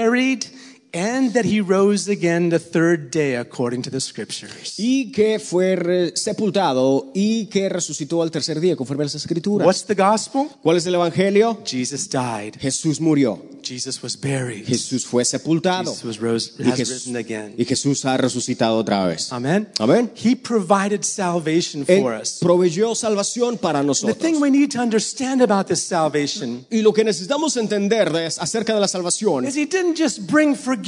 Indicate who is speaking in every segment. Speaker 1: buried, and that he rose again the third day according to the scriptures.
Speaker 2: y que fue re- sepultado y que resucitó al tercer día, conforme a las escrituras.
Speaker 1: What's the gospel?
Speaker 2: ¿Cuál es el evangelio?
Speaker 1: Jesus died.
Speaker 2: Jesús murió,
Speaker 1: Jesus was buried.
Speaker 2: Jesús fue sepultado
Speaker 1: Jesus was rose,
Speaker 2: y
Speaker 1: has
Speaker 2: Jesús,
Speaker 1: risen again.
Speaker 2: y Jesús ha resucitado otra vez.
Speaker 1: Amen.
Speaker 2: Amén.
Speaker 1: He provided salvation
Speaker 2: Él
Speaker 1: for us.
Speaker 2: proveyó salvación para
Speaker 1: The thing
Speaker 2: nosotros.
Speaker 1: we need to understand about this salvation
Speaker 2: Y lo que necesitamos entender de- acerca de la salvación
Speaker 1: is he didn't just bring forgiveness.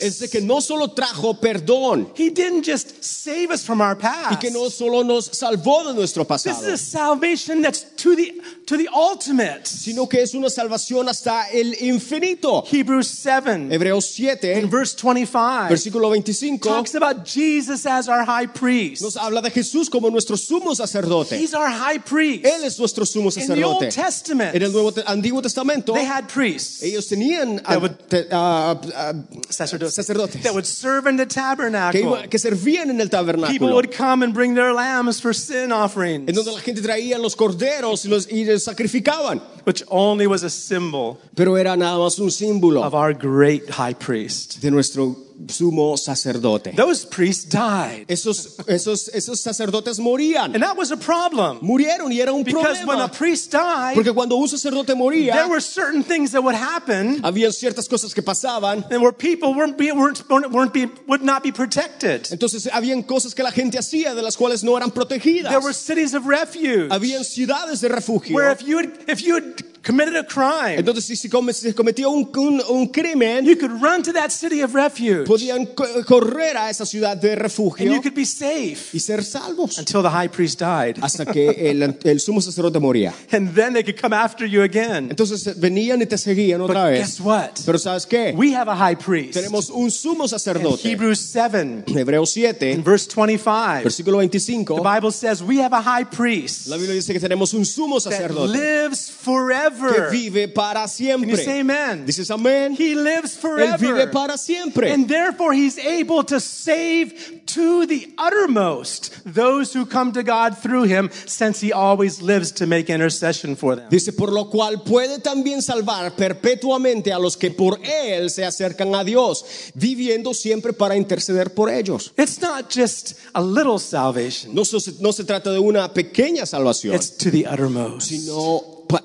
Speaker 2: es de que no solo trajo perdón
Speaker 1: He didn't just save us from our
Speaker 2: y
Speaker 1: past.
Speaker 2: que no solo nos salvó de nuestro
Speaker 1: This
Speaker 2: pasado,
Speaker 1: is a salvation that's to the to the ultimate.
Speaker 2: sino que es una salvación hasta el infinito.
Speaker 1: Hebrews 7
Speaker 2: Hebreos
Speaker 1: in
Speaker 2: 7,
Speaker 1: verse 25
Speaker 2: versículo 25,
Speaker 1: talks about Jesus as our high priest.
Speaker 2: nos habla de Jesús como nuestro sumo sacerdote.
Speaker 1: He's our high priest.
Speaker 2: Él es nuestro sumo
Speaker 1: In the Old
Speaker 2: sacerdote.
Speaker 1: Testament,
Speaker 2: En el Nuevo Te- Antiguo Testamento,
Speaker 1: they had priests,
Speaker 2: ellos tenían
Speaker 1: They
Speaker 2: ah,
Speaker 1: would-
Speaker 2: te- ah, ah,
Speaker 1: sacerdotes,
Speaker 2: sacerdotes.
Speaker 1: that would serve in the
Speaker 2: que,
Speaker 1: tabernacle.
Speaker 2: iba- que servían en el
Speaker 1: People
Speaker 2: tabernáculo,
Speaker 1: would come and bring their lambs for sin
Speaker 2: en
Speaker 1: offerings,
Speaker 2: donde la gente traía los corderos y los, y los sacrificaban.
Speaker 1: which only was a symbol
Speaker 2: Pero era nada más un símbolo
Speaker 1: of our great high priest.
Speaker 2: de nuestro sumo sacerdote.
Speaker 1: Those priests died.
Speaker 2: Esos, esos, esos sacerdotes morían.
Speaker 1: And that was a problem.
Speaker 2: Murieron y era un
Speaker 1: Because when a
Speaker 2: problema.
Speaker 1: priest died,
Speaker 2: Porque cuando un sacerdote moría,
Speaker 1: there were certain things that would happen
Speaker 2: había ciertas cosas que pasaban.
Speaker 1: and where people weren't be, weren't, weren't be, would not be protected.
Speaker 2: Entonces habían cosas que la gente hacía de las cuales no eran
Speaker 1: There were
Speaker 2: protegidas.
Speaker 1: cities of refuge
Speaker 2: Habían ciudades de refugio.
Speaker 1: where if you had, if you had committed a crime,
Speaker 2: Entonces si se come- se cometía un, un- un crimen,
Speaker 1: you could run to that city of refuge
Speaker 2: podían co- correr a esa ciudad de
Speaker 1: and you
Speaker 2: refugio
Speaker 1: could be safe
Speaker 2: y ser salvos.
Speaker 1: until the high priest died.
Speaker 2: Hasta que el, el sumo sacerdote moría.
Speaker 1: And then they could come after you again.
Speaker 2: Entonces venían y te seguían otra
Speaker 1: But
Speaker 2: vez.
Speaker 1: guess what?
Speaker 2: Pero ¿sabes qué?
Speaker 1: We have a high priest.
Speaker 2: Tenemos un sumo
Speaker 1: In
Speaker 2: sacerdote.
Speaker 1: Hebrews 7,
Speaker 2: Hebreos 7,
Speaker 1: in verse 25,
Speaker 2: versículo
Speaker 1: the
Speaker 2: 25.
Speaker 1: Bible says we have a high priest
Speaker 2: La Biblia dice que tenemos un sumo
Speaker 1: that
Speaker 2: sacerdote
Speaker 1: lives
Speaker 2: que
Speaker 1: forever.
Speaker 2: vive para
Speaker 1: Can you say
Speaker 2: siempre.
Speaker 1: amen?
Speaker 2: Dices amén.
Speaker 1: He lives
Speaker 2: Él vive
Speaker 1: forever.
Speaker 2: para siempre.
Speaker 1: And therefore, he's able to save to the uttermost those who come to God through him, since he always lives to make intercession for them.
Speaker 2: Dice, por lo cual puede también salvar perpetuamente a los que por Él se acercan a Dios, viviendo siempre para interceder por ellos.
Speaker 1: It's not just a little salvation,
Speaker 2: No se, no se trata de una pequeña salvación,
Speaker 1: it's to the uttermost.
Speaker 2: sino pa-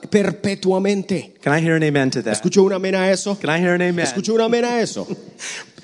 Speaker 2: perpetuamente.
Speaker 1: Can I hear an amen to that?
Speaker 2: ¿Escucho una amén a eso?
Speaker 1: Can I hear an amen?
Speaker 2: ¿Escucho una amén a eso?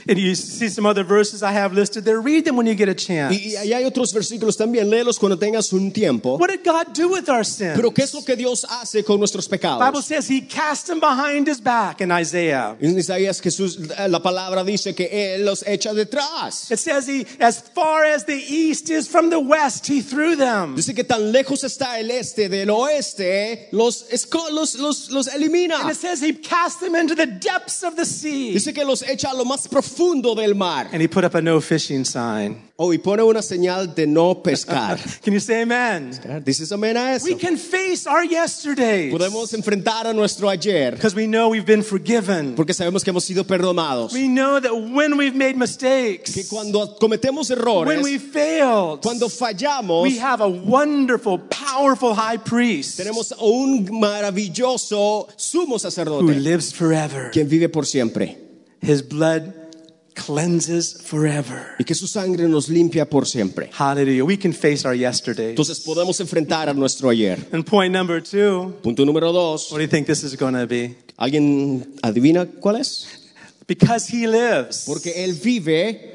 Speaker 1: And you see some other verses I have listed there. Read them when you get a chance.
Speaker 2: Y, y ahí hay otros versículos también, léelos cuando tengas un tiempo.
Speaker 1: What did God do with our sin?
Speaker 2: Pero ¿qué es lo que Dios hace con nuestros
Speaker 1: Bible
Speaker 2: pecados?
Speaker 1: says he cast them behind his back in Isaiah.
Speaker 2: En Isaías Jesús, la palabra dice que Él los echa detrás.
Speaker 1: It says he, as far as the east is from the west, he threw them.
Speaker 2: Dice que tan lejos está el este del oeste, los, esco- los, los, los
Speaker 1: And
Speaker 2: elimina.
Speaker 1: it says he cast them into the depths of the sea.
Speaker 2: Dice que los echa a lo más profundo del mar.
Speaker 1: And he put up a no fishing sign.
Speaker 2: Oh, y pone una señal de no pescar.
Speaker 1: Can you say amen?
Speaker 2: Dices amén a eso.
Speaker 1: We can face our yesterdays
Speaker 2: Podemos enfrentar a nuestro ayer
Speaker 1: because we know we've been forgiven.
Speaker 2: porque sabemos que hemos sido perdonados.
Speaker 1: We know that when we've made
Speaker 2: Que
Speaker 1: mistakes,
Speaker 2: cuando cometemos
Speaker 1: when we
Speaker 2: errores,
Speaker 1: failed,
Speaker 2: cuando fallamos,
Speaker 1: we have a wonderful, powerful high priest
Speaker 2: tenemos a un maravilloso sumo
Speaker 1: who
Speaker 2: sacerdote
Speaker 1: lives forever.
Speaker 2: quien vive por siempre
Speaker 1: His blood cleanses forever.
Speaker 2: y que su sangre nos limpia por siempre.
Speaker 1: Hallelujah. We can face our yesterdays.
Speaker 2: Entonces podemos enfrentar a nuestro ayer.
Speaker 1: And point number two,
Speaker 2: Punto número dos.
Speaker 1: what do you think this is going to be?
Speaker 2: ¿Alguien adivina cuál es?
Speaker 1: Because he lives.
Speaker 2: Porque Él vive,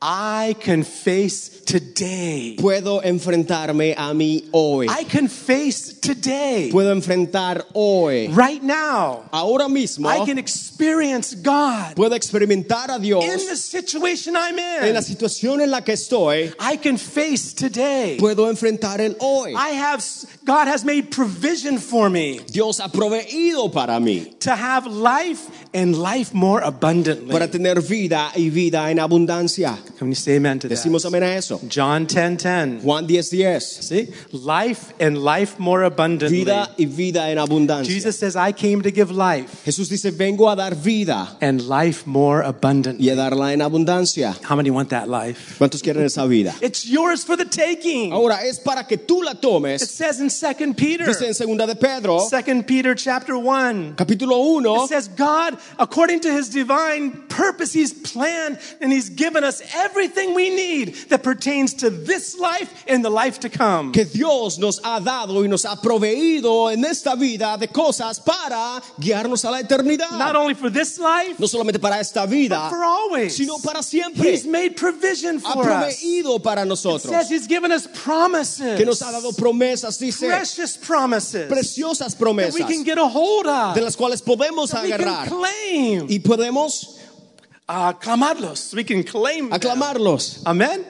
Speaker 1: I can face today.
Speaker 2: puedo enfrentarme a mí hoy.
Speaker 1: I can face today.
Speaker 2: Puedo enfrentar hoy.
Speaker 1: Right now.
Speaker 2: Ahora mismo
Speaker 1: I can experience God
Speaker 2: puedo experimentar a Dios
Speaker 1: in the situation I'm
Speaker 2: en la
Speaker 1: in.
Speaker 2: situación en la que estoy.
Speaker 1: I can face today.
Speaker 2: Puedo enfrentar el hoy.
Speaker 1: I have God has made provision for me
Speaker 2: Dios ha proveído para mí,
Speaker 1: to have life and life more abundantly.
Speaker 2: para tener vida y vida en abundancia.
Speaker 1: Can we say amen to
Speaker 2: Decimos
Speaker 1: that?
Speaker 2: amén a eso.
Speaker 1: John 10 10.
Speaker 2: Juan 10, 10.
Speaker 1: See? Life and life more abundantly.
Speaker 2: Vida y vida en abundancia.
Speaker 1: Jesus says, I came to give life
Speaker 2: Jesús dice, vengo a dar vida
Speaker 1: and life more abundantly.
Speaker 2: y a darla en abundancia.
Speaker 1: How many want that life?
Speaker 2: ¿Cuántos quieren esa vida?
Speaker 1: It's yours for the taking.
Speaker 2: Ahora es para que tú la
Speaker 1: It
Speaker 2: tomes.
Speaker 1: says in 2 Peter,
Speaker 2: Dice en segunda de Pedro,
Speaker 1: 2 Peter chapter 1.
Speaker 2: capítulo 1,
Speaker 1: It says God, according to his divine purpose, he's planned and he's given us everything we need that pertains to this life and the life to come.
Speaker 2: que Dios nos ha dado y nos ha proveído en esta vida de cosas para guiarnos a la
Speaker 1: Not
Speaker 2: eternidad.
Speaker 1: only for this life,
Speaker 2: No solamente para esta vida,
Speaker 1: for always.
Speaker 2: sino para siempre.
Speaker 1: He's made provision
Speaker 2: Ha
Speaker 1: for us. It
Speaker 2: proveído para nosotros.
Speaker 1: says he's given us promises.
Speaker 2: Que nos ha dado promesas, dice,
Speaker 1: precious promises
Speaker 2: preciosas
Speaker 1: that we
Speaker 2: promesas,
Speaker 1: can get a hold of.
Speaker 2: de las cuales podemos
Speaker 1: that we can
Speaker 2: agarrar
Speaker 1: claim.
Speaker 2: y podemos
Speaker 1: Aclamarlos. We can claim. them.
Speaker 2: aclamarlos,
Speaker 1: Amen.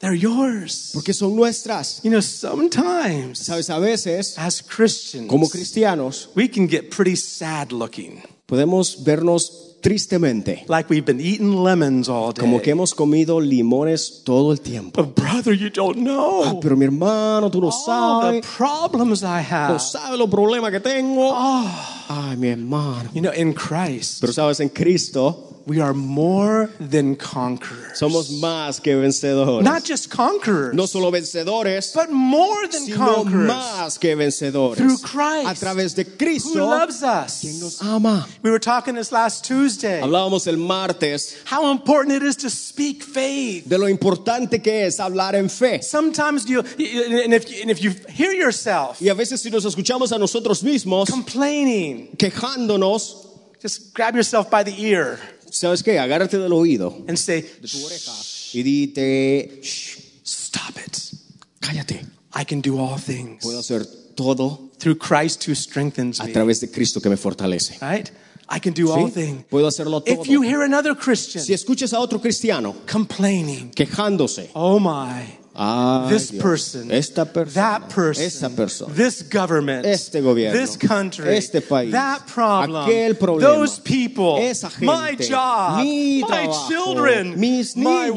Speaker 1: They're yours.
Speaker 2: porque son nuestras.
Speaker 1: You know, sometimes
Speaker 2: Sabes, a veces,
Speaker 1: as Christians,
Speaker 2: como cristianos,
Speaker 1: we can get pretty sad looking,
Speaker 2: podemos vernos tristemente,
Speaker 1: like we've been eating lemons all day.
Speaker 2: como que hemos comido limones todo el tiempo.
Speaker 1: But brother, you don't
Speaker 2: Ah,
Speaker 1: know
Speaker 2: pero mi hermano,
Speaker 1: Ah,
Speaker 2: tú no
Speaker 1: all the
Speaker 2: sabes.
Speaker 1: problems I have.
Speaker 2: No sabes los problemas que tengo.
Speaker 1: Ah.
Speaker 2: Ay, mi hermano.
Speaker 1: You know, in Christ,
Speaker 2: Pero sabes, en Cristo
Speaker 1: we are more than conquerors.
Speaker 2: somos más que vencedores.
Speaker 1: Not just conquerors,
Speaker 2: no solo vencedores,
Speaker 1: but more than
Speaker 2: sino
Speaker 1: conquerors.
Speaker 2: más que vencedores.
Speaker 1: Through Christ,
Speaker 2: a través de
Speaker 1: Who
Speaker 2: Cristo,
Speaker 1: loves us?
Speaker 2: quien nos ama.
Speaker 1: We were talking this last Tuesday.
Speaker 2: Hablábamos el martes
Speaker 1: How important it is to speak faith.
Speaker 2: de lo importante que es hablar en fe.
Speaker 1: Sometimes you, and if, and if you hear yourself
Speaker 2: Y a veces si nos escuchamos a nosotros mismos
Speaker 1: complaining,
Speaker 2: quejándonos,
Speaker 1: just grab yourself by the ear
Speaker 2: ¿sabes qué? Agárrate del oído,
Speaker 1: and say,
Speaker 2: de tu oreja, y dite, "Shh,
Speaker 1: Stop it.
Speaker 2: cállate.
Speaker 1: I can do all things
Speaker 2: Puedo hacer todo
Speaker 1: through Christ who strengthens
Speaker 2: a
Speaker 1: me.
Speaker 2: través de Cristo que me fortalece.
Speaker 1: Right? I can do all things.
Speaker 2: Puedo hacerlo todo.
Speaker 1: If you hear another Christian
Speaker 2: Si escuchas a otro cristiano
Speaker 1: complaining,
Speaker 2: quejándose,
Speaker 1: oh my,
Speaker 2: Ay,
Speaker 1: this
Speaker 2: Dios,
Speaker 1: person,
Speaker 2: esta persona,
Speaker 1: that person,
Speaker 2: esa persona,
Speaker 1: this government,
Speaker 2: este gobierno,
Speaker 1: this country,
Speaker 2: este país,
Speaker 1: that problem,
Speaker 2: aquel problema,
Speaker 1: those people,
Speaker 2: esa gente,
Speaker 1: my job,
Speaker 2: mi
Speaker 1: my
Speaker 2: trabajo,
Speaker 1: children,
Speaker 2: mis
Speaker 1: my
Speaker 2: niños,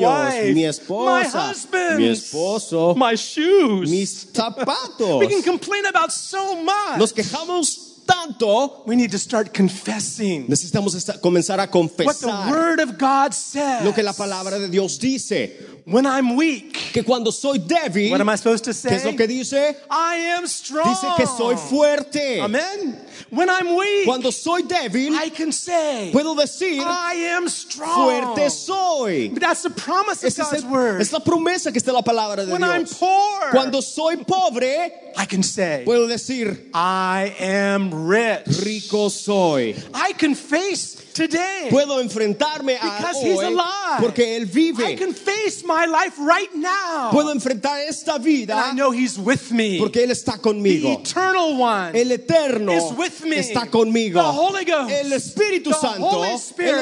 Speaker 1: wife,
Speaker 2: mi esposa,
Speaker 1: my husband,
Speaker 2: mi esposo,
Speaker 1: my shoes.
Speaker 2: mis zapatos.
Speaker 1: we can complain about so much.
Speaker 2: Nos quejamos tanto,
Speaker 1: we need to start confessing
Speaker 2: necesitamos esta- comenzar a
Speaker 1: what the
Speaker 2: confesar
Speaker 1: Word of God says.
Speaker 2: lo que la palabra de Dios dice,
Speaker 1: when I'm weak,
Speaker 2: que cuando soy débil,
Speaker 1: what am I supposed to
Speaker 2: ¿qué es
Speaker 1: say?
Speaker 2: lo que dice?
Speaker 1: I am strong.
Speaker 2: Dice que
Speaker 1: Oh.
Speaker 2: soy fuerte.
Speaker 1: Amen. When I'm weak,
Speaker 2: Cuando soy débil,
Speaker 1: I can say,
Speaker 2: puedo decir,
Speaker 1: I am strong.
Speaker 2: fuerte soy.
Speaker 1: But that's the promise of
Speaker 2: Ese es,
Speaker 1: God's
Speaker 2: el-
Speaker 1: word.
Speaker 2: es la promesa que está en la palabra de
Speaker 1: When I'm
Speaker 2: Dios.
Speaker 1: poor,
Speaker 2: Cuando soy pobre,
Speaker 1: I can say,
Speaker 2: puedo decir,
Speaker 1: I am rich.
Speaker 2: rico soy.
Speaker 1: I can face today.
Speaker 2: Puedo enfrentarme a
Speaker 1: Because he's
Speaker 2: hoy
Speaker 1: alive.
Speaker 2: porque
Speaker 1: I
Speaker 2: Él vive.
Speaker 1: can face my life right now.
Speaker 2: Puedo enfrentar esta
Speaker 1: and I
Speaker 2: vida
Speaker 1: know He's with me.
Speaker 2: porque Él está
Speaker 1: the
Speaker 2: conmigo.
Speaker 1: eternal one.
Speaker 2: El Eterno
Speaker 1: is with me.
Speaker 2: está conmigo.
Speaker 1: The Holy Ghost.
Speaker 2: El Espíritu
Speaker 1: the
Speaker 2: Santo,
Speaker 1: Holy Spirit,
Speaker 2: el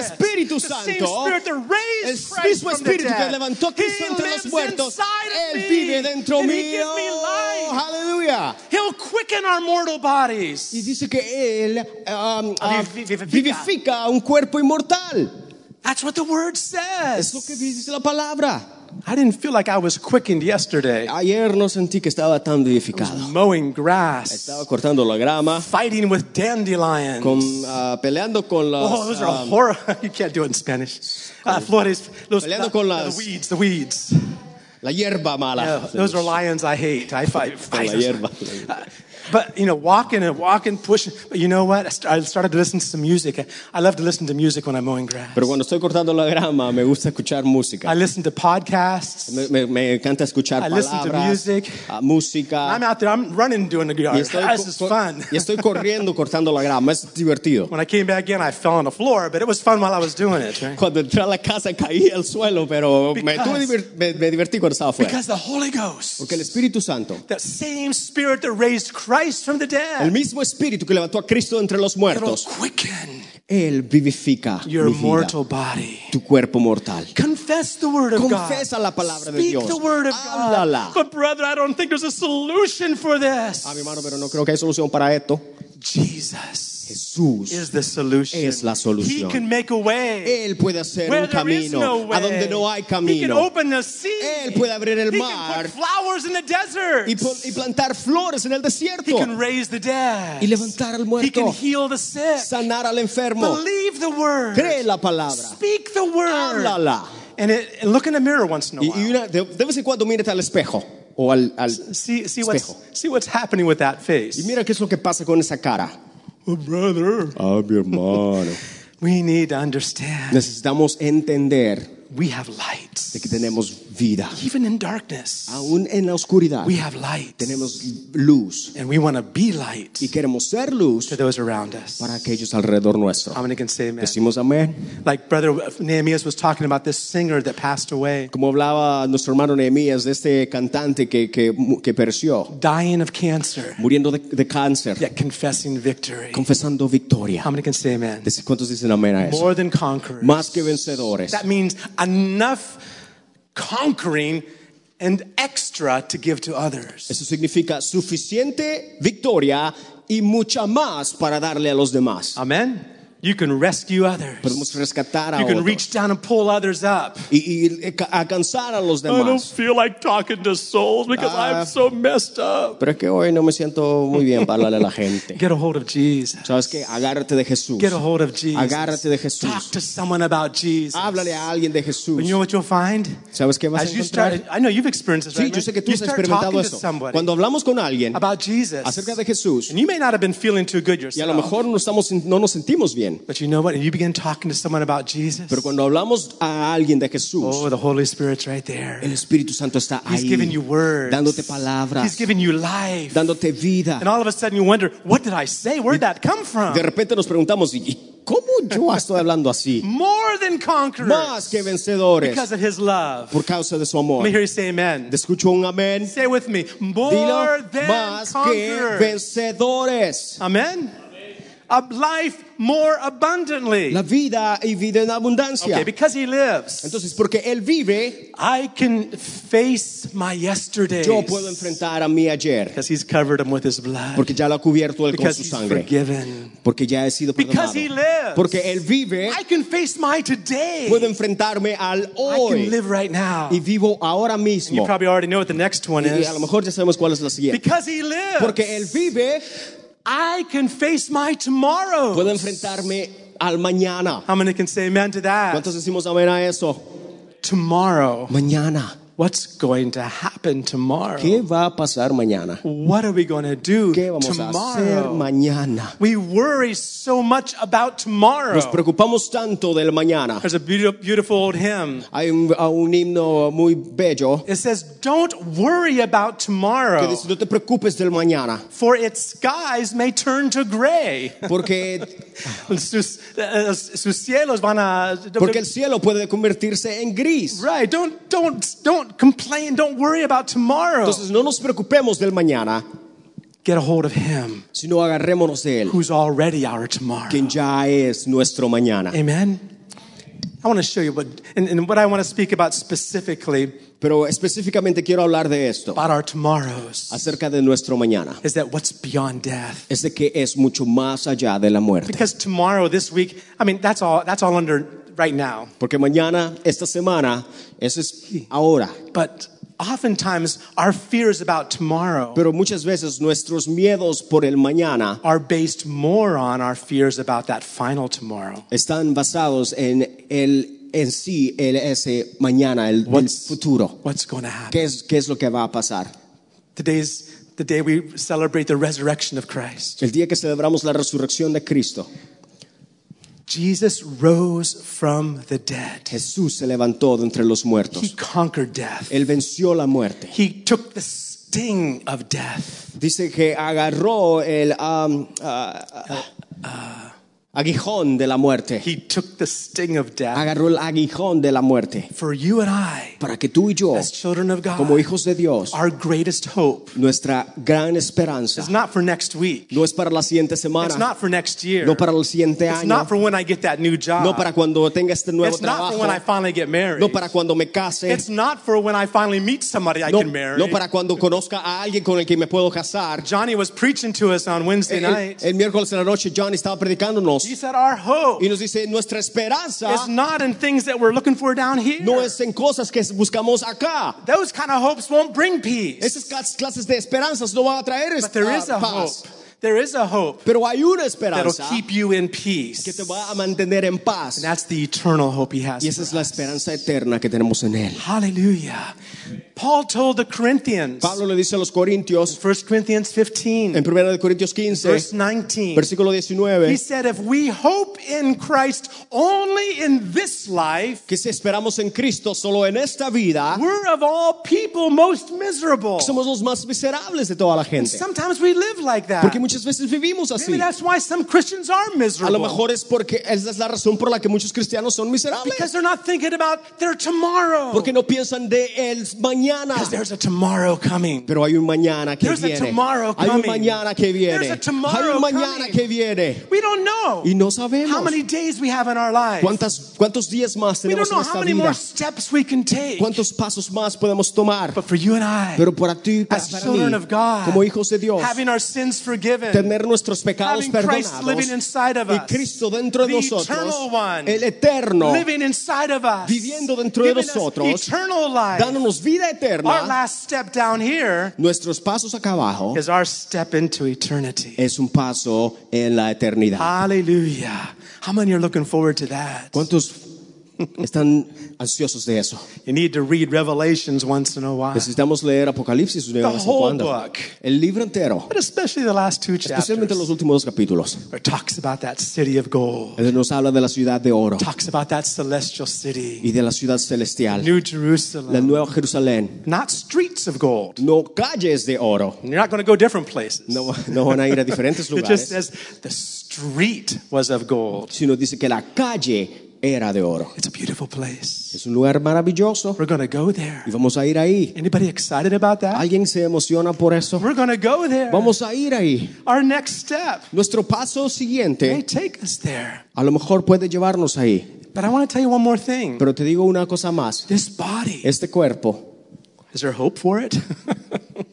Speaker 1: the
Speaker 2: Espíritu
Speaker 1: same
Speaker 2: Santo,
Speaker 1: Spirit that
Speaker 2: el
Speaker 1: raised Christ
Speaker 2: mismo
Speaker 1: from the
Speaker 2: Espíritu que
Speaker 1: dead.
Speaker 2: levantó a Cristo
Speaker 1: He
Speaker 2: entre los
Speaker 1: lives
Speaker 2: muertos,
Speaker 1: inside of
Speaker 2: Él
Speaker 1: me,
Speaker 2: vive dentro
Speaker 1: and
Speaker 2: mío.
Speaker 1: He gives me life.
Speaker 2: Aleluya.
Speaker 1: He'll quicken our mortal
Speaker 2: Y
Speaker 1: bodies.
Speaker 2: dice que Él um, ah,
Speaker 1: Vivi- vivifica.
Speaker 2: vivifica un cuerpo inmortal.
Speaker 1: That's what the Word says.
Speaker 2: Es lo que dice la palabra.
Speaker 1: I didn't feel like I was quickened yesterday.
Speaker 2: Ayer no sentí que estaba tan vivificado.
Speaker 1: Mowing grass,
Speaker 2: Estaba cortando la grama,
Speaker 1: fighting with dandelions.
Speaker 2: con, ah, peleando con las...
Speaker 1: Oh, those are
Speaker 2: ah,
Speaker 1: horror. You can't do it in Spanish. Uh, Flores, los,
Speaker 2: Peleando con las-
Speaker 1: the weeds, the weeds.
Speaker 2: la hierba mala.
Speaker 1: Uh, those are lions I hate. I fight.
Speaker 2: Con
Speaker 1: fight.
Speaker 2: la hierba.
Speaker 1: Uh, But you know, walking and walking, pushing. But you know what? I st- I started to listen to some music. I- I love to listen to music when I'm mowing grass.
Speaker 2: Pero cuando estoy cortando la grama me gusta escuchar música.
Speaker 1: I listen to podcasts.
Speaker 2: Me, me- me encanta escuchar
Speaker 1: I listen to
Speaker 2: palabras,
Speaker 1: music.
Speaker 2: ah,
Speaker 1: I'm
Speaker 2: música.
Speaker 1: out there. I'm running, doing the
Speaker 2: Y
Speaker 1: yard.
Speaker 2: estoy,
Speaker 1: This
Speaker 2: co-
Speaker 1: is
Speaker 2: co-
Speaker 1: fun.
Speaker 2: y estoy corriendo cortando la grama. Es divertido.
Speaker 1: When I came back in, I fell on the floor, but it was fun while I was doing it. Right?
Speaker 2: Cuando entré a la casa caí al suelo, pero me,
Speaker 1: Because-
Speaker 2: tuve divir- me- me divertí cuando estaba afuera.
Speaker 1: Because the Holy Ghost,
Speaker 2: Porque el Espíritu Santo,
Speaker 1: that same Spirit that raised Christ from the
Speaker 2: el
Speaker 1: dead,
Speaker 2: mismo Espíritu que levantó a Cristo entre los
Speaker 1: it'll
Speaker 2: muertos,
Speaker 1: quicken
Speaker 2: Él vivifica
Speaker 1: your
Speaker 2: mi vida,
Speaker 1: mortal body.
Speaker 2: tu cuerpo mortal.
Speaker 1: Confess the word of
Speaker 2: Confesa
Speaker 1: God.
Speaker 2: la palabra de
Speaker 1: Speak
Speaker 2: Dios.
Speaker 1: the word of
Speaker 2: Háblala.
Speaker 1: God. But brother, I don't think there's a solution for
Speaker 2: Ah,
Speaker 1: this.
Speaker 2: mi hermano, pero no creo que hay solución para esto.
Speaker 1: Jesus
Speaker 2: Jesús
Speaker 1: is the solution.
Speaker 2: es la
Speaker 1: He
Speaker 2: solución.
Speaker 1: can make a way
Speaker 2: Él puede hacer
Speaker 1: where
Speaker 2: un
Speaker 1: there is no
Speaker 2: camino
Speaker 1: way.
Speaker 2: a donde no hay
Speaker 1: He can
Speaker 2: camino.
Speaker 1: open the sea.
Speaker 2: Él puede abrir el
Speaker 1: He can
Speaker 2: mar
Speaker 1: put flowers in the desert.
Speaker 2: y, pon- y plantar flores en el
Speaker 1: He
Speaker 2: desierto
Speaker 1: can raise the dead.
Speaker 2: y levantar al
Speaker 1: He can
Speaker 2: muerto,
Speaker 1: heal the sick.
Speaker 2: sanar al enfermo.
Speaker 1: Believe the word.
Speaker 2: Cree la palabra,
Speaker 1: Speak the word.
Speaker 2: háblala.
Speaker 1: And, it, and look in the mirror once in a
Speaker 2: Y,
Speaker 1: while.
Speaker 2: y una- de, de vez en cuando mírate al espejo o al, al-
Speaker 1: see, see, what's,
Speaker 2: Espejo.
Speaker 1: see what's happening with that
Speaker 2: y
Speaker 1: face.
Speaker 2: mira qué es lo que pasa con esa cara.
Speaker 1: Oh, brother.
Speaker 2: Ah, mi hermano.
Speaker 1: We need to understand
Speaker 2: Necesitamos entender
Speaker 1: we have light.
Speaker 2: de que tenemos vida.
Speaker 1: Even in darkness,
Speaker 2: Aún en la oscuridad
Speaker 1: we have light.
Speaker 2: tenemos luz
Speaker 1: And we want to be light
Speaker 2: y queremos ser luz
Speaker 1: to those around us.
Speaker 2: para aquellos alrededor nuestro.
Speaker 1: How many can say amen?
Speaker 2: Decimos amén.
Speaker 1: Like Brother Nehemias was talking about this singer that passed away,
Speaker 2: Como hablaba nuestro hermano Nehemías de este cantante que, que, que pereció,
Speaker 1: dying of cancer,
Speaker 2: muriendo de, de cáncer,
Speaker 1: yet confessing victory.
Speaker 2: confesando victoria.
Speaker 1: How many can say amen?
Speaker 2: Deci- ¿Cuántos dicen amén a eso?
Speaker 1: More than conquerors.
Speaker 2: Más que vencedores.
Speaker 1: That means enough conquering and extra to give to others.
Speaker 2: Eso significa suficiente victoria y mucha más para darle a los demás.
Speaker 1: Amen? You can rescue others.
Speaker 2: Podemos rescatar a
Speaker 1: You can
Speaker 2: otros
Speaker 1: reach down and pull others up.
Speaker 2: y, y eh, ca- alcanzar a
Speaker 1: Ah,
Speaker 2: los demás.
Speaker 1: feel like talking to souls because
Speaker 2: Ah.
Speaker 1: so messed up.
Speaker 2: Pero es que hoy no me siento muy bien para hablarle a la gente.
Speaker 1: Get a hold of Jesus.
Speaker 2: ¿Sabes qué? Agárrate de Jesús.
Speaker 1: Get a hold of Jesus.
Speaker 2: Agárrate de
Speaker 1: Talk
Speaker 2: Jesús.
Speaker 1: to someone about Jesus.
Speaker 2: Háblale a alguien de Jesús.
Speaker 1: And you know what you'll find?
Speaker 2: ¿Sabes qué vas a
Speaker 1: As you start,
Speaker 2: encontrar?
Speaker 1: I know you've experienced this,
Speaker 2: Sí,
Speaker 1: right?
Speaker 2: yo sé que
Speaker 1: man?
Speaker 2: tú
Speaker 1: you
Speaker 2: has
Speaker 1: start talking
Speaker 2: experimentado
Speaker 1: to
Speaker 2: eso.
Speaker 1: somebody
Speaker 2: Cuando hablamos con alguien
Speaker 1: about Jesus,
Speaker 2: acerca de Jesús
Speaker 1: and you may not have been feeling too good yourself.
Speaker 2: y a lo mejor no, estamos, no nos sentimos bien,
Speaker 1: But you know what? And you begin talking to someone about Jesus.
Speaker 2: pero cuando hablamos a alguien de Jesús,
Speaker 1: oh, the Holy Spirit's right there.
Speaker 2: el Espíritu Santo está
Speaker 1: He's giving
Speaker 2: ahí
Speaker 1: you words.
Speaker 2: dándote
Speaker 1: He's
Speaker 2: palabras,
Speaker 1: giving you life.
Speaker 2: dándote vida.
Speaker 1: And all of a sudden you wonder, what did I say? Where'd that come from?
Speaker 2: De repente nos preguntamos, ¿y- ¿y cómo yo estoy hablando así?
Speaker 1: More than conquerors.
Speaker 2: Más que vencedores
Speaker 1: Because of his love.
Speaker 2: por causa de su
Speaker 1: Let me
Speaker 2: amor.
Speaker 1: hear you say amen.
Speaker 2: Te escucho un amén.
Speaker 1: Say it with me. More
Speaker 2: Dilo,
Speaker 1: than
Speaker 2: más que
Speaker 1: conquerors.
Speaker 2: vencedores.
Speaker 1: Amen. A life more abundantly.
Speaker 2: La vida y vida en abundancia.
Speaker 1: Okay, because he lives,
Speaker 2: Entonces, porque Él vive,
Speaker 1: I can face my yesterdays.
Speaker 2: yo puedo enfrentar a mi ayer.
Speaker 1: Because he's covered them with his blood.
Speaker 2: Porque ya lo ha cubierto Él con
Speaker 1: Because
Speaker 2: su
Speaker 1: he's
Speaker 2: sangre.
Speaker 1: forgiven.
Speaker 2: Porque ya he sido
Speaker 1: Because
Speaker 2: perdonado.
Speaker 1: he lives.
Speaker 2: Porque Él vive,
Speaker 1: I can face my today.
Speaker 2: puedo enfrentarme al
Speaker 1: I can
Speaker 2: hoy.
Speaker 1: live right now.
Speaker 2: Y vivo ahora
Speaker 1: You
Speaker 2: mismo.
Speaker 1: probably already know what the next one
Speaker 2: Y
Speaker 1: is.
Speaker 2: a lo mejor ya sabemos cuál es la siguiente.
Speaker 1: Because he lives,
Speaker 2: Porque Él vive,
Speaker 1: I can face my tomorrow.
Speaker 2: puedo enfrentarme al mañana.
Speaker 1: How many can say amen to that?
Speaker 2: ¿Cuántos decimos amén a eso?
Speaker 1: tomorrow.
Speaker 2: Mañana.
Speaker 1: What's going to happen tomorrow?
Speaker 2: ¿Qué va a pasar mañana?
Speaker 1: What are we going to do
Speaker 2: ¿Qué vamos a hacer
Speaker 1: tomorrow?
Speaker 2: mañana?
Speaker 1: We worry so much about tomorrow.
Speaker 2: Nos preocupamos tanto del mañana.
Speaker 1: There's a beautiful, beautiful old hymn.
Speaker 2: Hay un, a un himno muy bello
Speaker 1: It says, Don't worry about
Speaker 2: que
Speaker 1: tomorrow,
Speaker 2: dice, no te preocupes del mañana,
Speaker 1: for its skies may turn to gray.
Speaker 2: porque,
Speaker 1: sus, eh, sus cielos van a.
Speaker 2: porque el cielo puede convertirse en gris.
Speaker 1: Right. Don't, don't, don't complain. Don't worry about tomorrow.
Speaker 2: Entonces no nos preocupemos del mañana,
Speaker 1: Get a hold of Him
Speaker 2: sino agarrémonos de él,
Speaker 1: who's already our tomorrow.
Speaker 2: quien ya es nuestro mañana.
Speaker 1: Amen. I want to show you what, and, and what I want to speak about specifically
Speaker 2: Pero específicamente quiero hablar de esto,
Speaker 1: about our tomorrows
Speaker 2: acerca de nuestro mañana.
Speaker 1: is that what's beyond death.
Speaker 2: Es de que es mucho más allá de la muerte.
Speaker 1: Because tomorrow, this week, I mean, that's all, that's all under right now.
Speaker 2: Porque mañana, esta semana, eso es ahora.
Speaker 1: But oftentimes, our fears about tomorrow
Speaker 2: Pero muchas veces nuestros miedos por el mañana
Speaker 1: are based more on our fears about that final tomorrow.
Speaker 2: están basados en el en sí el ese mañana, el, el
Speaker 1: What's-
Speaker 2: futuro.
Speaker 1: What's going to happen?
Speaker 2: ¿Qué es qué es lo que va a pasar?
Speaker 1: Today's the day we celebrate the resurrection of Christ.
Speaker 2: El día que celebramos la resurrección de Cristo,
Speaker 1: Jesus rose from the dead.
Speaker 2: Jesús se levantó de entre los
Speaker 1: He
Speaker 2: muertos.
Speaker 1: conquered death.
Speaker 2: Él venció la muerte.
Speaker 1: He took the sting of death.
Speaker 2: Dice que agarró el am, ah, um, uh, aguijón de la muerte.
Speaker 1: He took the sting of death
Speaker 2: Agarró el aguijón de la muerte
Speaker 1: for you and I,
Speaker 2: para que tú y yo,
Speaker 1: as children of
Speaker 2: como
Speaker 1: God,
Speaker 2: hijos de Dios,
Speaker 1: our greatest hope
Speaker 2: nuestra gran esperanza
Speaker 1: is not for next week.
Speaker 2: no es para la siguiente
Speaker 1: It's
Speaker 2: semana,
Speaker 1: not for next year.
Speaker 2: no para el siguiente
Speaker 1: It's
Speaker 2: año,
Speaker 1: not for when I get that new job.
Speaker 2: no para cuando tenga este nuevo
Speaker 1: It's not for
Speaker 2: trabajo,
Speaker 1: when I finally get married.
Speaker 2: no para cuando me case,
Speaker 1: It's not for when I finally meet somebody I
Speaker 2: no,
Speaker 1: can marry.
Speaker 2: no para cuando conozca a alguien con el que me puedo casar.
Speaker 1: Johnny was preaching to us on Wednesday
Speaker 2: El,
Speaker 1: night.
Speaker 2: el miércoles en la noche John estaba predicándonos
Speaker 1: He said, Our hope
Speaker 2: y nos dice, nuestra esperanza
Speaker 1: is not in things that we're looking for down here.
Speaker 2: no es en cosas que buscamos acá.
Speaker 1: Those kind of hopes won't bring peace.
Speaker 2: Esas clas- clases de esperanzas no van a traer
Speaker 1: But there is
Speaker 2: esta-
Speaker 1: a
Speaker 2: paz.
Speaker 1: hope. There is a hope
Speaker 2: Pero hay una
Speaker 1: that'll
Speaker 2: esperanza
Speaker 1: keep you in
Speaker 2: que te
Speaker 1: peace.
Speaker 2: va a mantener en paz.
Speaker 1: And that's the eternal hope he has.
Speaker 2: Y esa es
Speaker 1: for
Speaker 2: la
Speaker 1: us.
Speaker 2: esperanza eterna que tenemos en Él.
Speaker 1: Hallelujah. Paul told the Corinthians,
Speaker 2: Pablo le dice a los Corintios,
Speaker 1: 1 Corinthians 15,
Speaker 2: en 1 de Corintios 15,
Speaker 1: verse 19.
Speaker 2: versículo
Speaker 1: He
Speaker 2: 19,
Speaker 1: said, if we hope in Christ only in this life,
Speaker 2: que si esperamos en Cristo solo en esta vida,
Speaker 1: we're of all people most miserable.
Speaker 2: somos los más miserables de toda la gente.
Speaker 1: Sometimes we live like that.
Speaker 2: Porque muchas veces vivimos así.
Speaker 1: Maybe that's why some Christians are
Speaker 2: A lo
Speaker 1: miserable.
Speaker 2: mejor es porque esa es la razón por la que muchos cristianos son miserables.
Speaker 1: Because they're not thinking about their tomorrow.
Speaker 2: Porque no piensan de el mañana.
Speaker 1: Because there's a tomorrow coming.
Speaker 2: Pero hay un mañana que
Speaker 1: There's a
Speaker 2: viene.
Speaker 1: tomorrow
Speaker 2: Hay un
Speaker 1: coming.
Speaker 2: mañana que viene.
Speaker 1: There's a tomorrow
Speaker 2: Hay un mañana
Speaker 1: coming.
Speaker 2: que viene.
Speaker 1: We don't know
Speaker 2: Y no
Speaker 1: how
Speaker 2: sabemos
Speaker 1: many days we have in our life.
Speaker 2: cuántas, cuántos días más
Speaker 1: We
Speaker 2: tenemos
Speaker 1: don't know
Speaker 2: en
Speaker 1: how
Speaker 2: esta
Speaker 1: many more
Speaker 2: vida.
Speaker 1: steps we can take.
Speaker 2: Cuántos pasos más podemos tomar.
Speaker 1: But for you and I,
Speaker 2: Pero para ti, para
Speaker 1: as children of
Speaker 2: mí,
Speaker 1: God,
Speaker 2: como hijos de Dios,
Speaker 1: having our sins forgiven,
Speaker 2: tener nuestros pecados
Speaker 1: having Christ
Speaker 2: perdonados
Speaker 1: living inside of
Speaker 2: y
Speaker 1: us,
Speaker 2: Cristo dentro de
Speaker 1: the eternal
Speaker 2: nosotros,
Speaker 1: one,
Speaker 2: el eterno,
Speaker 1: living inside of us,
Speaker 2: viviendo dentro de
Speaker 1: giving us
Speaker 2: nosotros,
Speaker 1: eternal life.
Speaker 2: dándonos vida
Speaker 1: Our
Speaker 2: eterna.
Speaker 1: last step down here
Speaker 2: Nuestros pasos acá abajo
Speaker 1: is our step into eternity.
Speaker 2: es un paso en la
Speaker 1: Ah.
Speaker 2: eternidad.
Speaker 1: Hallelujah. How many are looking forward to that?
Speaker 2: ¿Cuántos están ansiosos de eso?
Speaker 1: You need to read Revelations once in a while,
Speaker 2: Necesitamos leer Apocalipsis de vez en
Speaker 1: whole
Speaker 2: cuando.
Speaker 1: book.
Speaker 2: El libro entero,
Speaker 1: but especially the last two
Speaker 2: especialmente los
Speaker 1: chapters,
Speaker 2: últimos dos capítulos.
Speaker 1: where it talks about that city of gold,
Speaker 2: Él nos habla de la ciudad de oro
Speaker 1: talks about that celestial city,
Speaker 2: y de la ciudad celestial,
Speaker 1: New
Speaker 2: la
Speaker 1: Jerusalem,
Speaker 2: nueva Jerusalén.
Speaker 1: not streets of gold.
Speaker 2: No calles de oro.
Speaker 1: You're not going to go different places.
Speaker 2: No, no van a ir a diferentes
Speaker 1: It just
Speaker 2: lugares,
Speaker 1: says the street was of gold.
Speaker 2: sino dice que la calle era de oro.
Speaker 1: It's a beautiful place.
Speaker 2: Es un lugar maravilloso
Speaker 1: We're going to go there.
Speaker 2: y vamos a ir ahí.
Speaker 1: Anybody excited about that?
Speaker 2: ¿Alguien se emociona por eso?
Speaker 1: We're going to go there.
Speaker 2: Vamos a ir ahí.
Speaker 1: Our next step
Speaker 2: Nuestro paso
Speaker 1: may
Speaker 2: siguiente
Speaker 1: take us there.
Speaker 2: a lo mejor puede llevarnos ahí.
Speaker 1: But I want to tell you one more thing.
Speaker 2: Pero te digo una cosa más.
Speaker 1: This body,
Speaker 2: Este cuerpo,
Speaker 1: is there hope for it?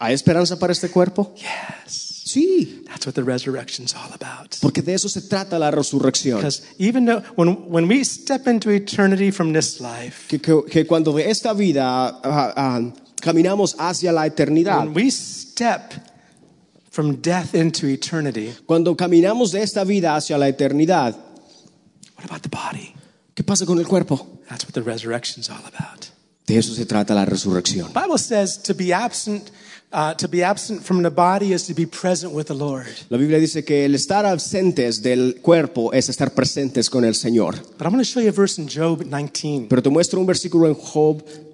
Speaker 2: ¿hay esperanza para este cuerpo?
Speaker 1: yes.
Speaker 2: Sí,
Speaker 1: That's what the resurrection's all about.
Speaker 2: porque de eso se trata la resurrección.
Speaker 1: Because even though when, when we step into eternity from this life,
Speaker 2: Que, que- que cuando de esta vida ah, ah, caminamos hacia la eternidad,
Speaker 1: when we step from death into eternity,
Speaker 2: cuando caminamos de esta vida hacia la eternidad,
Speaker 1: what about the body?
Speaker 2: ¿qué pasa con el cuerpo?
Speaker 1: That's what the resurrection's all about.
Speaker 2: De eso se trata la resurrección.
Speaker 1: The Bible says to be absent, uh, to be absent from the body is to be present with the Lord.
Speaker 2: La Biblia dice que el estar ausentes del cuerpo es estar presentes con el Señor.
Speaker 1: But I'm going to show you a verse in Job 19.
Speaker 2: Pero te muestro un versículo en Job 19.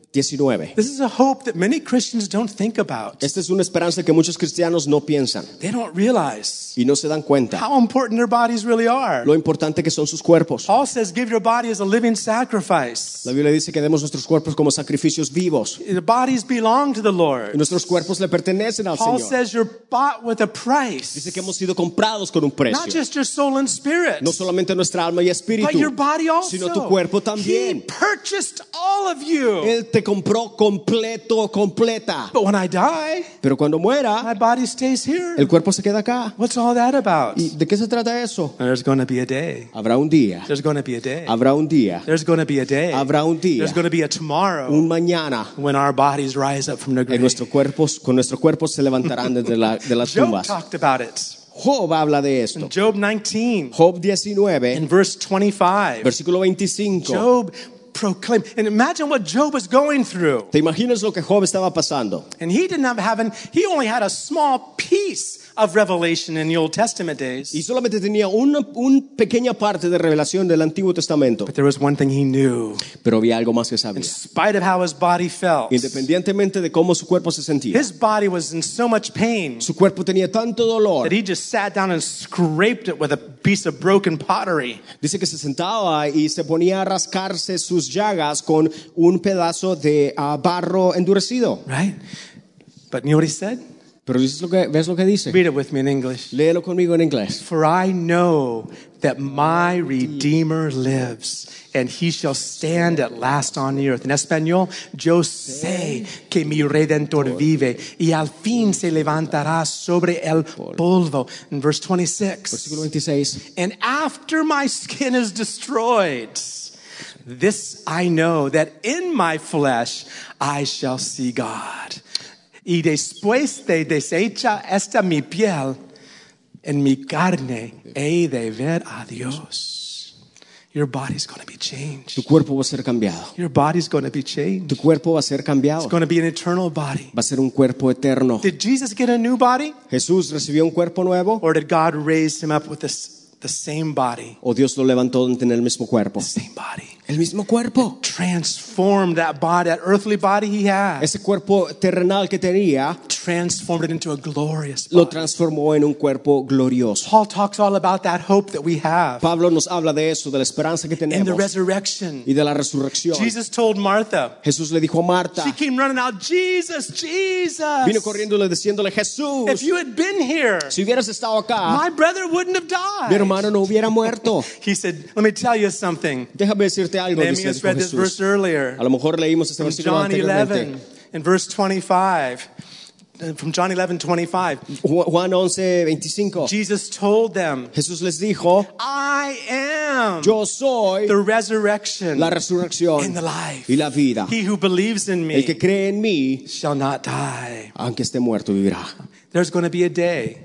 Speaker 1: This is a hope that many Christians don't think about.
Speaker 2: Esta es una esperanza que muchos cristianos no piensan
Speaker 1: They don't realize
Speaker 2: y no se dan cuenta
Speaker 1: how important their bodies really are.
Speaker 2: lo importante que son sus cuerpos.
Speaker 1: Paul says, give your body as a living sacrifice.
Speaker 2: La Biblia dice que demos nuestros cuerpos como sacrificios vivos.
Speaker 1: The bodies belong to the
Speaker 2: Y
Speaker 1: Lord.
Speaker 2: nuestros cuerpos le pertenecen al
Speaker 1: Paul
Speaker 2: Señor.
Speaker 1: says you're bought with a price.
Speaker 2: Dice que hemos sido comprados con un
Speaker 1: Not
Speaker 2: precio.
Speaker 1: just your soul and spirit,
Speaker 2: No solamente nuestra alma y
Speaker 1: but your
Speaker 2: espíritu,
Speaker 1: body also.
Speaker 2: sino tu cuerpo
Speaker 1: He
Speaker 2: también. Eh,
Speaker 1: purchased all of you.
Speaker 2: Él te compró completo, completa.
Speaker 1: But when I die,
Speaker 2: Pero cuando muera,
Speaker 1: my body stays here.
Speaker 2: el cuerpo se queda acá.
Speaker 1: What's all that about?
Speaker 2: ¿Y de qué se trata eso?
Speaker 1: There's going to be a day.
Speaker 2: Habrá un día,
Speaker 1: There's going to be a day.
Speaker 2: habrá un día,
Speaker 1: There's going to be a day.
Speaker 2: Habrá un día.
Speaker 1: There's going to be a tomorrow
Speaker 2: un mañana.
Speaker 1: when our bodies rise up from the
Speaker 2: En
Speaker 1: grave.
Speaker 2: nuestros cuerpos, con nuestros cuerpos se levantarán desde la- de las
Speaker 1: Job
Speaker 2: tumbas.
Speaker 1: talked about it.
Speaker 2: Job habla de esto.
Speaker 1: Job 19
Speaker 2: Job 19,
Speaker 1: in verse 25.
Speaker 2: versículo 25.
Speaker 1: Job proclaim. And imagine what Job was going through.
Speaker 2: ¿Te imaginas lo que Job estaba pasando?
Speaker 1: And he didn't have heaven, he only had a small piece of revelation in the Old Testament days.
Speaker 2: Y solamente tenía una, un pequeña parte de revelación del Antiguo Testamento,
Speaker 1: But there was one thing he knew,
Speaker 2: pero había algo más que sabía.
Speaker 1: in spite of how his body felt.
Speaker 2: Independientemente de cómo su cuerpo se sentía,
Speaker 1: His body was in so much pain
Speaker 2: su cuerpo tenía tanto dolor.
Speaker 1: that he just sat down and scraped it with a piece of broken pottery.
Speaker 2: Dice que se sentaba y se ponía a rascarse sus llagas con un pedazo de ah, barro endurecido.
Speaker 1: Right? But you know what he said?
Speaker 2: Pero dices lo que, ves lo que dice.
Speaker 1: Read it with me in English.
Speaker 2: Léelo conmigo en inglés.
Speaker 1: For I know that my Redeemer lives, and he shall stand at last on the earth. En español, yo sé que mi Redentor vive, y al fin se levantará sobre el polvo. In verse 26.
Speaker 2: Versículo 26.
Speaker 1: And after my skin is destroyed, this I know that in my flesh I shall see God. Y después de deshecha esta mi piel, en mi carne he de ver a Dios. Your body's going to be
Speaker 2: Tu
Speaker 1: changed.
Speaker 2: cuerpo va a ser cambiado.
Speaker 1: Your body's going to be changed.
Speaker 2: Tu cuerpo va a ser cambiado.
Speaker 1: It's going to be an eternal body.
Speaker 2: Va a ser un cuerpo eterno.
Speaker 1: Did Jesus get a new body,
Speaker 2: Jesús recibió un cuerpo nuevo
Speaker 1: or did God raise him up with this, the same body?
Speaker 2: o Dios lo levantó en el mismo cuerpo.
Speaker 1: Same body.
Speaker 2: El mismo cuerpo.
Speaker 1: transformed that body, that earthly body he had,
Speaker 2: Ese cuerpo terrenal que tenía
Speaker 1: transformed it into a glorious
Speaker 2: lo
Speaker 1: body.
Speaker 2: transformó en un cuerpo glorioso.
Speaker 1: Paul talks all about that hope that we have
Speaker 2: Pablo nos habla de eso, de la esperanza que
Speaker 1: in the
Speaker 2: tenemos
Speaker 1: resurrection.
Speaker 2: y de la resurrección.
Speaker 1: Jesus told Martha,
Speaker 2: Jesús le dijo a Marta,
Speaker 1: she came running out, Jesus,
Speaker 2: vino
Speaker 1: Jesus.
Speaker 2: corriéndole diciéndole,
Speaker 1: If
Speaker 2: Jesús,
Speaker 1: you had been here,
Speaker 2: si hubieras estado acá,
Speaker 1: my brother wouldn't have
Speaker 2: mi
Speaker 1: died.
Speaker 2: hermano no hubiera muerto.
Speaker 1: He said, Let me tell you something.
Speaker 2: Déjame decirte algo, dice
Speaker 1: Nehemiah
Speaker 2: dijo
Speaker 1: read this verse
Speaker 2: Jesús.
Speaker 1: earlier
Speaker 2: A lo mejor leímos este
Speaker 1: from
Speaker 2: versículo
Speaker 1: John
Speaker 2: anteriormente.
Speaker 1: 11 in verse 25. Uh, From John 11, 25.
Speaker 2: Ju- Juan 11, 25.
Speaker 1: Jesus told them,
Speaker 2: Jesús les dijo,
Speaker 1: I am
Speaker 2: yo soy
Speaker 1: the resurrection
Speaker 2: la
Speaker 1: and the
Speaker 2: resurrección
Speaker 1: life.
Speaker 2: y la vida.
Speaker 1: He who believes in
Speaker 2: El que
Speaker 1: me
Speaker 2: cree en mí,
Speaker 1: shall not die.
Speaker 2: aunque esté muerto, vivirá.
Speaker 1: There's going to be a day.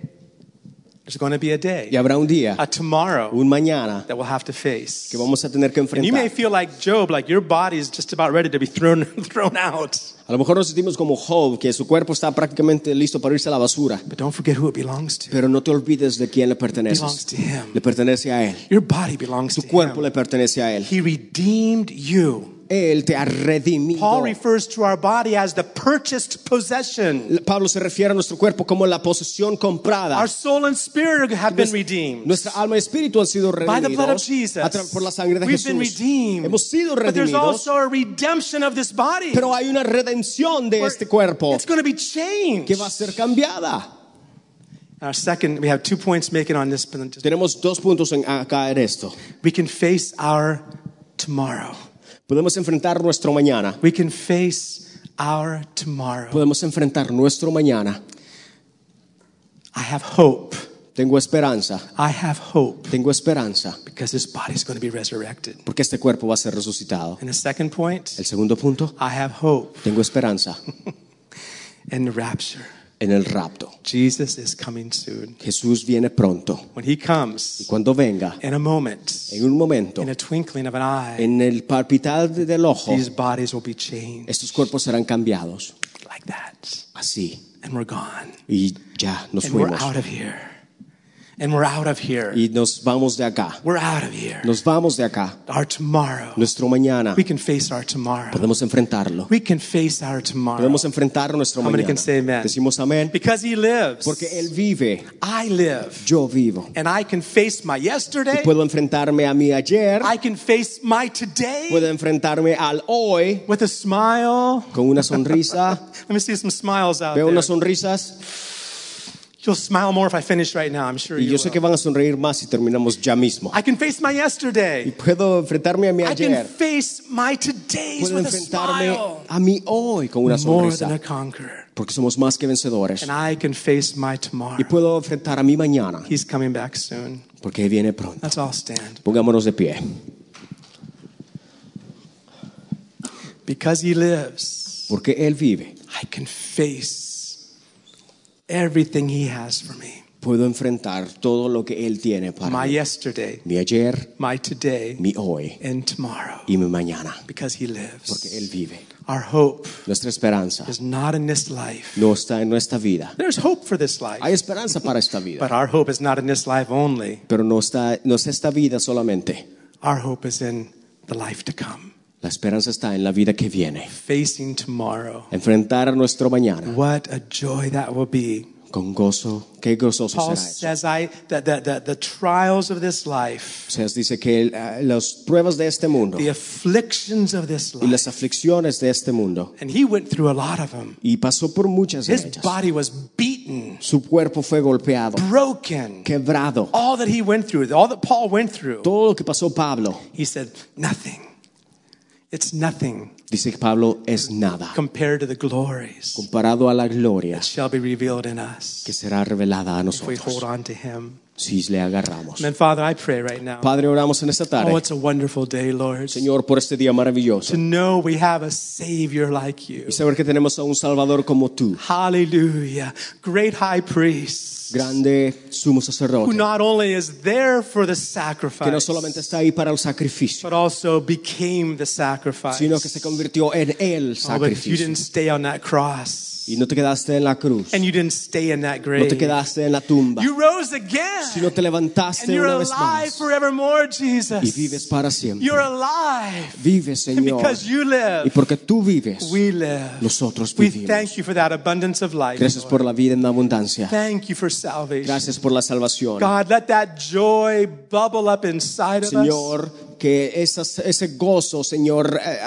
Speaker 1: There's going to be a day,
Speaker 2: Y habrá un día,
Speaker 1: a tomorrow
Speaker 2: un mañana,
Speaker 1: that we'll have to face.
Speaker 2: que vamos a tener que
Speaker 1: And you may
Speaker 2: enfrentar.
Speaker 1: feel like Job, like your body is just about ready to be thrown thrown out.
Speaker 2: A lo mejor nos sentimos como Job, que su cuerpo está prácticamente listo para irse a la basura.
Speaker 1: But don't forget who it belongs to.
Speaker 2: Pero no te olvides de quién le
Speaker 1: It belongs
Speaker 2: perteneces.
Speaker 1: to him.
Speaker 2: Le pertenece a Él.
Speaker 1: Your body belongs to
Speaker 2: Tu cuerpo
Speaker 1: him.
Speaker 2: le pertenece a Él.
Speaker 1: He redeemed you.
Speaker 2: Él te ha redimido.
Speaker 1: Paul refers to our body as the purchased possession.
Speaker 2: Pablo se refiere a nuestro cuerpo como la posesión comprada.
Speaker 1: Our soul and spirit have been
Speaker 2: Nues-
Speaker 1: redeemed.
Speaker 2: Nuestra alma y espíritu han sido
Speaker 1: By the blood of
Speaker 2: redimidos
Speaker 1: Jesus.
Speaker 2: a través- por la sangre de
Speaker 1: We've been
Speaker 2: Jesús.
Speaker 1: redeemed.
Speaker 2: Hemos sido
Speaker 1: But there's
Speaker 2: redimidos,
Speaker 1: also a redemption of this body.
Speaker 2: pero hay una redención de
Speaker 1: Where
Speaker 2: este cuerpo
Speaker 1: It's going to be changed.
Speaker 2: que va a ser cambiada.
Speaker 1: Our second, we have two points making on this. but just-
Speaker 2: Tenemos dos puntos en, acá en esto.
Speaker 1: We can face our tomorrow.
Speaker 2: Podemos enfrentar nuestro mañana.
Speaker 1: We can face our tomorrow.
Speaker 2: Podemos enfrentar nuestro mañana.
Speaker 1: I have hope.
Speaker 2: Tengo esperanza.
Speaker 1: I have hope
Speaker 2: Tengo esperanza.
Speaker 1: because this body is going to be resurrected.
Speaker 2: Porque este cuerpo va a ser resucitado.
Speaker 1: And the second point,
Speaker 2: El segundo punto.
Speaker 1: I have hope
Speaker 2: Tengo esperanza
Speaker 1: in the rapture.
Speaker 2: en el rapto.
Speaker 1: Jesus is coming soon.
Speaker 2: Jesús viene pronto.
Speaker 1: When he
Speaker 2: Y
Speaker 1: comes,
Speaker 2: cuando venga,
Speaker 1: in a moment,
Speaker 2: en un momento,
Speaker 1: in a twinkling of an eye,
Speaker 2: en el palpitar de- del ojo,
Speaker 1: these bodies will be changed
Speaker 2: estos cuerpos serán cambiados.
Speaker 1: like that.
Speaker 2: Así.
Speaker 1: And we're gone.
Speaker 2: Y ya nos
Speaker 1: And we're
Speaker 2: fuimos.
Speaker 1: out of here. And we're out of here.
Speaker 2: Y nos vamos de acá.
Speaker 1: We're out of here.
Speaker 2: Nos vamos de acá.
Speaker 1: Our tomorrow.
Speaker 2: Nuestro mañana.
Speaker 1: We can face our tomorrow.
Speaker 2: Podemos enfrentarlo.
Speaker 1: We can face our tomorrow.
Speaker 2: Podemos enfrentar nuestro
Speaker 1: How many
Speaker 2: mañana.
Speaker 1: can say amen?
Speaker 2: Decimos amén.
Speaker 1: Because he lives.
Speaker 2: Porque Él vive.
Speaker 1: I live.
Speaker 2: Yo vivo.
Speaker 1: And I can face my yesterday.
Speaker 2: Puedo enfrentarme a mi ayer.
Speaker 1: I can face my today
Speaker 2: Puedo enfrentarme al hoy
Speaker 1: with a smile.
Speaker 2: con una sonrisa.
Speaker 1: Let me see some smiles out
Speaker 2: Veo
Speaker 1: there.
Speaker 2: unas sonrisas
Speaker 1: You'll smile more if I finish right now. I'm sure
Speaker 2: y
Speaker 1: you
Speaker 2: yo sé que
Speaker 1: will.
Speaker 2: van a sonreír más si terminamos ya mismo.
Speaker 1: I can face my yesterday.
Speaker 2: Puedo enfrentarme a mi
Speaker 1: I can
Speaker 2: ayer.
Speaker 1: face my todays
Speaker 2: Puedo
Speaker 1: with a
Speaker 2: enfrentarme
Speaker 1: smile.
Speaker 2: a mi hoy con una
Speaker 1: More than
Speaker 2: sonrisa.
Speaker 1: a conqueror.
Speaker 2: Porque somos más que vencedores.
Speaker 1: And I can face my tomorrow.
Speaker 2: Y puedo enfrentar a mi mañana.
Speaker 1: He's coming back soon.
Speaker 2: Porque viene pronto.
Speaker 1: Let's all stand.
Speaker 2: Pongámonos de pie.
Speaker 1: Because he lives,
Speaker 2: Porque Él vive.
Speaker 1: I can face everything he has for me.
Speaker 2: puedo enfrentar todo lo que Él tiene para
Speaker 1: my
Speaker 2: mí.
Speaker 1: yesterday,
Speaker 2: Mi ayer,
Speaker 1: my today,
Speaker 2: mi hoy
Speaker 1: and tomorrow
Speaker 2: y mi mañana,
Speaker 1: because He
Speaker 2: porque Él
Speaker 1: lives.
Speaker 2: vive.
Speaker 1: Our hope
Speaker 2: Nuestra esperanza
Speaker 1: is not in this life.
Speaker 2: no está en nuestra vida.
Speaker 1: There's hope for this life,
Speaker 2: Hay esperanza para esta vida,
Speaker 1: but our hope is not in this life only.
Speaker 2: pero no está, no es esta vida solamente.
Speaker 1: Our hope is in the life to come,
Speaker 2: La esperanza está en la vida que viene.
Speaker 1: facing tomorrow.
Speaker 2: Enfrentar a nuestro mañana
Speaker 1: What a joy that will be.
Speaker 2: con gozo. Qué gozoso
Speaker 1: Paul
Speaker 2: será
Speaker 1: says,
Speaker 2: eso.
Speaker 1: I, that the, the, the trials of this life,
Speaker 2: Oseas dice que eh, las pruebas de este mundo
Speaker 1: the afflictions of this
Speaker 2: y
Speaker 1: life,
Speaker 2: las aflicciones de este mundo,
Speaker 1: and he went through a lot of them.
Speaker 2: y pasó por muchas de
Speaker 1: His
Speaker 2: ellas.
Speaker 1: body was beaten,
Speaker 2: Su cuerpo fue golpeado,
Speaker 1: broken.
Speaker 2: quebrado.
Speaker 1: All that he went through, all that Paul went through,
Speaker 2: Todo lo que pasó Pablo,
Speaker 1: he said, nothing. It's nothing
Speaker 2: dice que Pablo es nada
Speaker 1: compared to the glories
Speaker 2: comparado a la gloria
Speaker 1: that shall be revealed in us
Speaker 2: que será revelada a
Speaker 1: if we hold
Speaker 2: nosotros
Speaker 1: on to him.
Speaker 2: si le agarramos.
Speaker 1: Then, Father, I pray right now.
Speaker 2: Padre, oramos en esta
Speaker 1: Oh,
Speaker 2: tarde,
Speaker 1: it's a wonderful day, Lord.
Speaker 2: Señor, por este día maravilloso
Speaker 1: to know we have a Savior like you.
Speaker 2: y saber que tenemos a un Salvador como tú,
Speaker 1: Hallelujah. Great high priest
Speaker 2: grande sumo
Speaker 1: who
Speaker 2: sacerdote,
Speaker 1: not only is there for the
Speaker 2: que no
Speaker 1: sacrifice,
Speaker 2: solamente está ahí para el sacrificio,
Speaker 1: but also became the sacrifice.
Speaker 2: sino que se convirtió en el
Speaker 1: Oh, but you
Speaker 2: sacrificio.
Speaker 1: didn't stay on that cross
Speaker 2: Y no te quedaste en la cruz,
Speaker 1: and you didn't stay in that
Speaker 2: no te
Speaker 1: grave.
Speaker 2: quedaste en la tumba,
Speaker 1: You rose
Speaker 2: sino
Speaker 1: again
Speaker 2: te
Speaker 1: and
Speaker 2: levantaste
Speaker 1: you're
Speaker 2: una vez
Speaker 1: alive
Speaker 2: más
Speaker 1: forevermore,
Speaker 2: y vives
Speaker 1: Jesus.
Speaker 2: para siempre.
Speaker 1: You're alive.
Speaker 2: Vive,
Speaker 1: And
Speaker 2: Señor.
Speaker 1: because you
Speaker 2: Y
Speaker 1: live,
Speaker 2: porque tú vives,
Speaker 1: we live.
Speaker 2: nosotros
Speaker 1: We
Speaker 2: vivimos.
Speaker 1: thank you for that abundance of life.
Speaker 2: Gracias
Speaker 1: Lord.
Speaker 2: por la vida en abundancia.
Speaker 1: Thank you for salvation.
Speaker 2: Gracias por la salvación.
Speaker 1: God, let that joy bubble up inside of us.
Speaker 2: Señor, que esas- ese gozo, Señor, eh,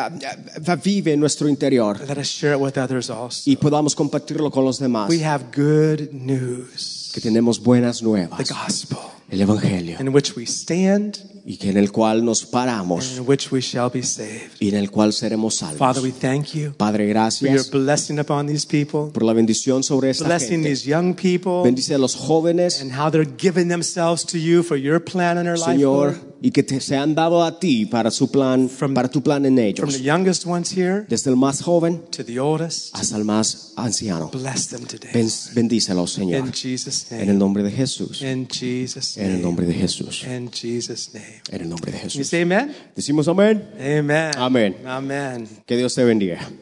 Speaker 2: eh, vive en nuestro interior
Speaker 1: Let us share it with others also.
Speaker 2: y podamos compartirlo con los demás.
Speaker 1: We have good news,
Speaker 2: Que tenemos buenas
Speaker 1: the
Speaker 2: nuevas,
Speaker 1: gospel,
Speaker 2: el Evangelio,
Speaker 1: in which we stand
Speaker 2: y que en el cual nos paramos
Speaker 1: and in which we shall be saved.
Speaker 2: y en el cual seremos
Speaker 1: Father,
Speaker 2: salvos.
Speaker 1: we thank you
Speaker 2: Padre,
Speaker 1: for your
Speaker 2: gracias
Speaker 1: blessing upon these people,
Speaker 2: por la bendición sobre esta
Speaker 1: blessing
Speaker 2: gente.
Speaker 1: these young people,
Speaker 2: Bendice a los jóvenes,
Speaker 1: and how they're giving themselves to you for your plan in their life.
Speaker 2: Señor,
Speaker 1: Lord.
Speaker 2: y que te, se han dado a ti para su plan,
Speaker 1: From-
Speaker 2: para tu plan en
Speaker 1: From the
Speaker 2: ellos,
Speaker 1: youngest ones here
Speaker 2: desde el más joven
Speaker 1: to the oldest,
Speaker 2: hasta el más anciano.
Speaker 1: bless them today.
Speaker 2: Ben- Bendícelos, Señor,
Speaker 1: In Jesus'
Speaker 2: en el
Speaker 1: name.
Speaker 2: nombre de Jesús,
Speaker 1: In Jesus'
Speaker 2: en el
Speaker 1: name.
Speaker 2: nombre de Jesús,
Speaker 1: In Jesus' name.
Speaker 2: en el nombre de
Speaker 1: Can you
Speaker 2: Jesús.
Speaker 1: say amen?
Speaker 2: Decimos amén.
Speaker 1: Amen.
Speaker 2: Amén.
Speaker 1: Amen.
Speaker 2: Que Dios te bendiga.